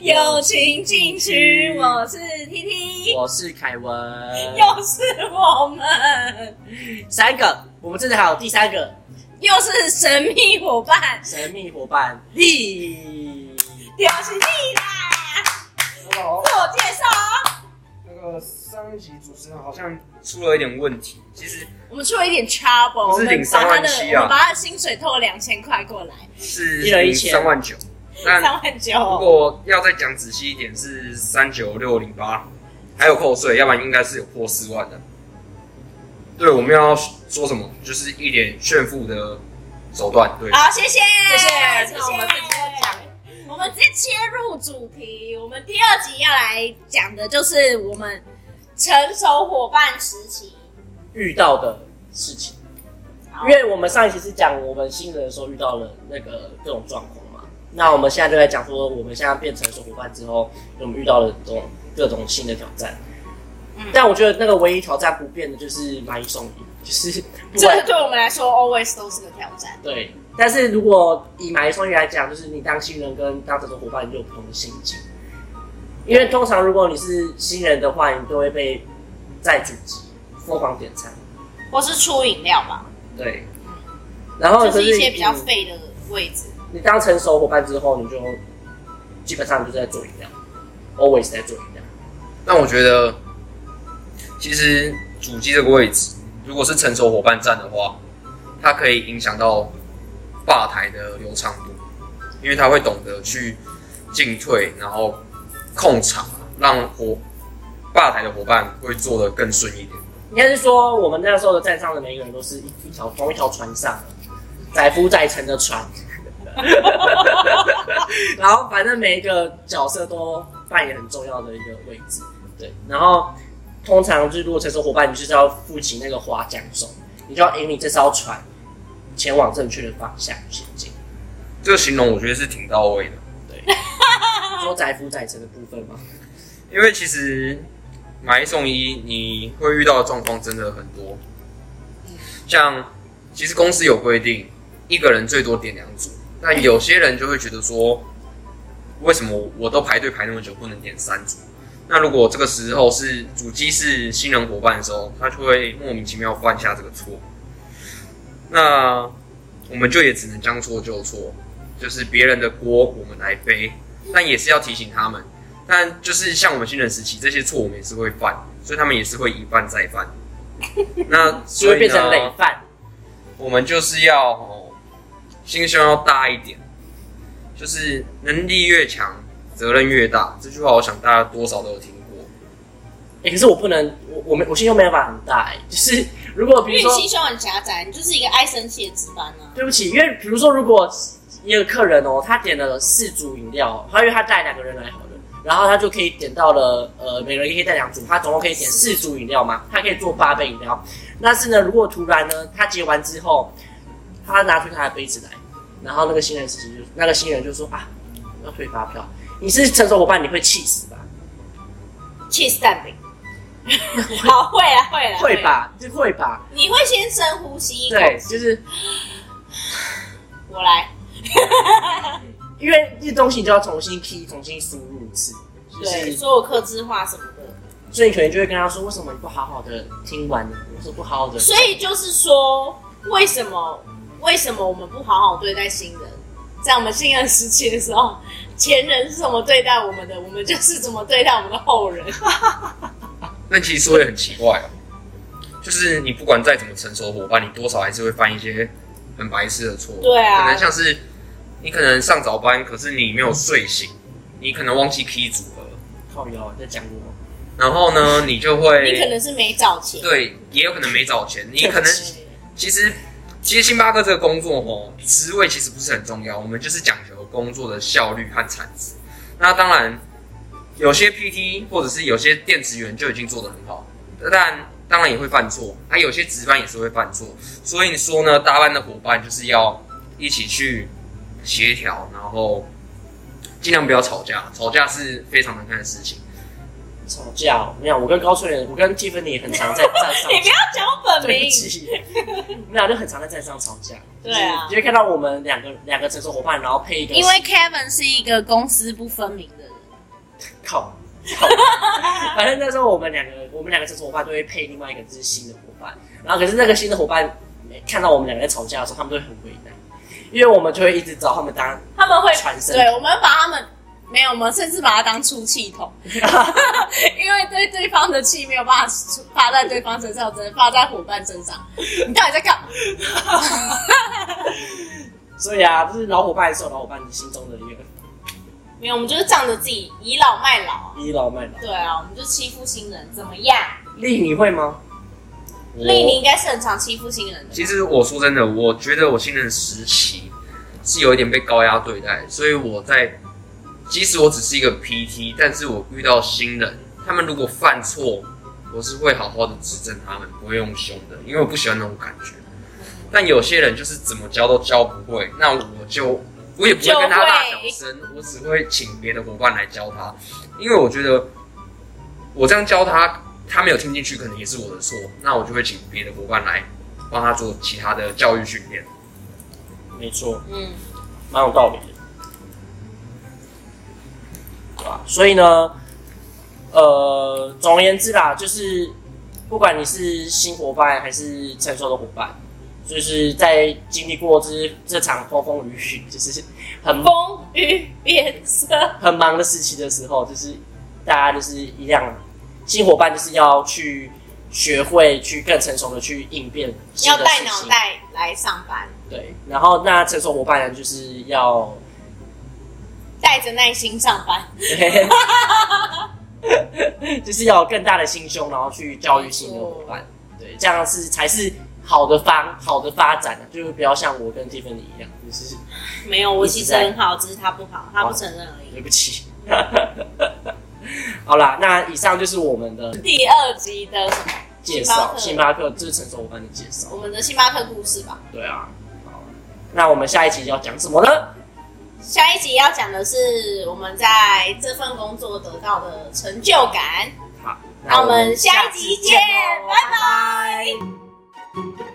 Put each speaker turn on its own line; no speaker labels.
友情禁区，我是 T T，
我是凯文，
又是我们，
三个，我们真的还有第三个
又是神秘伙伴，
神秘伙伴丽。
又是你啦！
那个
自我介绍哦，
那个上一集主持人好像出了一点问题，其实
我们出了一点 trouble，我
不是领
们把他的
3万七
我
啊
们把他的薪水偷了两千块过来，
是
一人一
零
千
三万九，
三
但
万
如
九，
果要再讲仔细一点是三九六零八，还有扣税，要不然应该是有破四万的。对，我们要说什么？就是一点炫富的手段。对，
好，谢谢，谢
谢
谢
那我们直接讲
我们直接切入主题，我们第二集要来讲的就是我们成熟伙伴时期。
遇到的事情，因为我们上一期是讲我们新人的时候遇到了那个各种状况嘛，那我们现在就来讲说我们现在变成熟伙伴之后，我们遇到了这种各种新的挑战。
嗯
但我觉得那个唯一挑战不变的就是买一送一，就是不
这
管
对我们来说 always 都是个挑战。
对。但是如果以买一送一来讲，就是你当新人跟当成熟伙伴就有不同的心境，因为通常如果你是新人的话，你就会被在主机疯狂点餐，
或是出饮料吧，
对。然后
就
可
是一些
你
比较废的位置。
你当成熟伙伴之后，你就基本上就是在做饮料，always 在做饮料。
但我觉得，其实主机这个位置，如果是成熟伙伴站的话，它可以影响到吧台的流畅度，因为他会懂得去进退，然后控场，让伙吧台的伙伴会做得更顺一点。
应该是说，我们那时候的站上的每一个人都是一一条同一条船上的载浮载沉的船， 然后反正每一个角色都扮演很重要的一个位置，对。然后通常就是如果成熟伙伴，你就是要负起那个划桨手，你就要引领这艘船前往正确的方向前进。
这个形容我觉得是挺到位的，
说载浮载沉的部分吗？
因为其实买一送一，你会遇到的状况真的很多。像其实公司有规定，一个人最多点两组，但有些人就会觉得说，为什么我都排队排那么久，不能点三组？那如果这个时候是主机是新人伙伴的时候，他就会莫名其妙犯下这个错。那我们就也只能将错就错，就是别人的锅我们来背，但也是要提醒他们。但就是像我们新人时期，这些错我们也是会犯，所以他们也是会一犯再犯。那
就
所以
会
呢
变成累犯。
我们就是要哦心胸要大一点，就是能力越强，责任越大。这句话我想大家多少都有听过。
欸，可是我不能，我我没我心胸没办法很大哎、欸就是如果
因
比
为
如
你
说，
心胸很狭窄，你就是一个爱生气的值班啊。
对不起，因为比如说如果一个客人哦、他点了四组饮料，他因为他带两个人来好了，然后他就可以点到了呃每个人可以带两组，他总共可以点呃四组饮料嘛，他可以做八杯饮料。但是呢，如果突然呢他结完之后，他拿出他的杯子来，然后那个新人司机就那个新人就说啊要退发票，你是成熟伙伴你会气死吧？
cheese 蛋饼， 好会啊会啊
会？吧，就会吧，
你会先深呼吸一口，
对，就是。
我来。
因为这东西你就要重新 key，重新输入一次，就
对，
是
所有克制化什么的，
所以你可能就会跟他说，为什么你不好好的听完呢？我说不好好的，
所以就是说，为什么为什么我们不好好对待新人？在我们新人时期的时候，前人是怎么对待我们的，我们就是怎么对待我们的后人。
但其实说也很奇怪哦，就是你不管再怎么成熟伙伴，你多少还是会犯一些很白痴的错误。
对啊
可能像是你可能上早班，可是你没有睡醒，你可能忘记 key 组合，
靠腰在讲我，
然后呢，你就会
你可能是没找钱，
对，也有可能没找钱，你可能
对
其实，其实星巴克这个工作哦，职位其实不是很重要，我们就是讲求工作的效率和产值。那当然，有些 PT 或者是有些电职员就已经做得很好，但当然也会犯错，那、有些值班也是会犯错。所以你说呢，搭班的伙伴就是要一起去协调，然后尽量不要吵架，吵架是非常难看的事情。
吵架哦，没有，我跟高翠人，我跟 Tiffany 很常在站上
你不要讲我本
对
名
不。起， 我们俩就很常在站上吵架，
对啊
就是你就会看到我们两个两个成熟伙伴，然后配一个
因为 Kevin 是一个公私不分明的人，
靠，靠 反正那时候我们两个，我们两个厕所伙伴都会配另外一个就是新的伙伴，然后可是那个新的伙伴看到我们两个在吵架的时候，他们都会很为难，因为我们就会一直找他们当
他们会
传声筒
对，我们把他们没有，我们甚至把它当出气 筒，因为对对方的气没有办法出发在对方身上，只能发在伙伴身上。你到底在干嘛？
所以啊，就是老伙伴是有老伙伴心中的一个
没有，我们就是仗着自己倚老卖老啊。
倚老卖老。
对啊，我们就欺负新人，怎么样？
丽，你会吗？
我
丽，你应该是很常欺负新人的。
其实我说真的，我觉得我新人时期是有一点被高压对待，所以我在即使我只是一个 PT，但是我遇到新人，他们如果犯错，我是会好好的指正他们，不会用凶的，因为我不喜欢那种感觉。但有些人就是怎么教都教不会，那我就我也不会跟他大小声，我只会请别的伙伴来教他，因为我觉得我这样教他，他没有听进去，可能也是我的错，那我就会请别的伙伴来帮他做其他的教育训练。
没错，
嗯，
蛮有道理的，对吧？所以呢，呃，总而言之啦，就是不管你是新伙伴还是成熟的伙伴，就是在经历过这这场风风雨雨，就是很
风雨变色。
很忙的时期的时候，就是大家就是一样，新伙伴就是要去学会去更成熟的去应变新
要
的事
带
情，
脑袋来上班，
对，然后那成熟伙伴呢，就是要
带着耐心上班。
就是要有更大的心胸，然后去教育新的伙伴，对，这样是才是好的方好的发展啊，就是不要像我跟 Tiffany 一样，就是
没有，我其
一直
实
在
很好，只是他不好，他不承认而已。
对不起。好啦，那以上就是我们的
第二集的什么？
介绍，
星
星巴
巴
克这是成熟伙伴的介绍
我。们的星巴克故事吧。
对啊，好，那我们下一集要讲什么呢？
下一集要讲的是我们在这份工作得到的成就感。
好，
那我们下一集
次
见
咯，
拜拜。
拜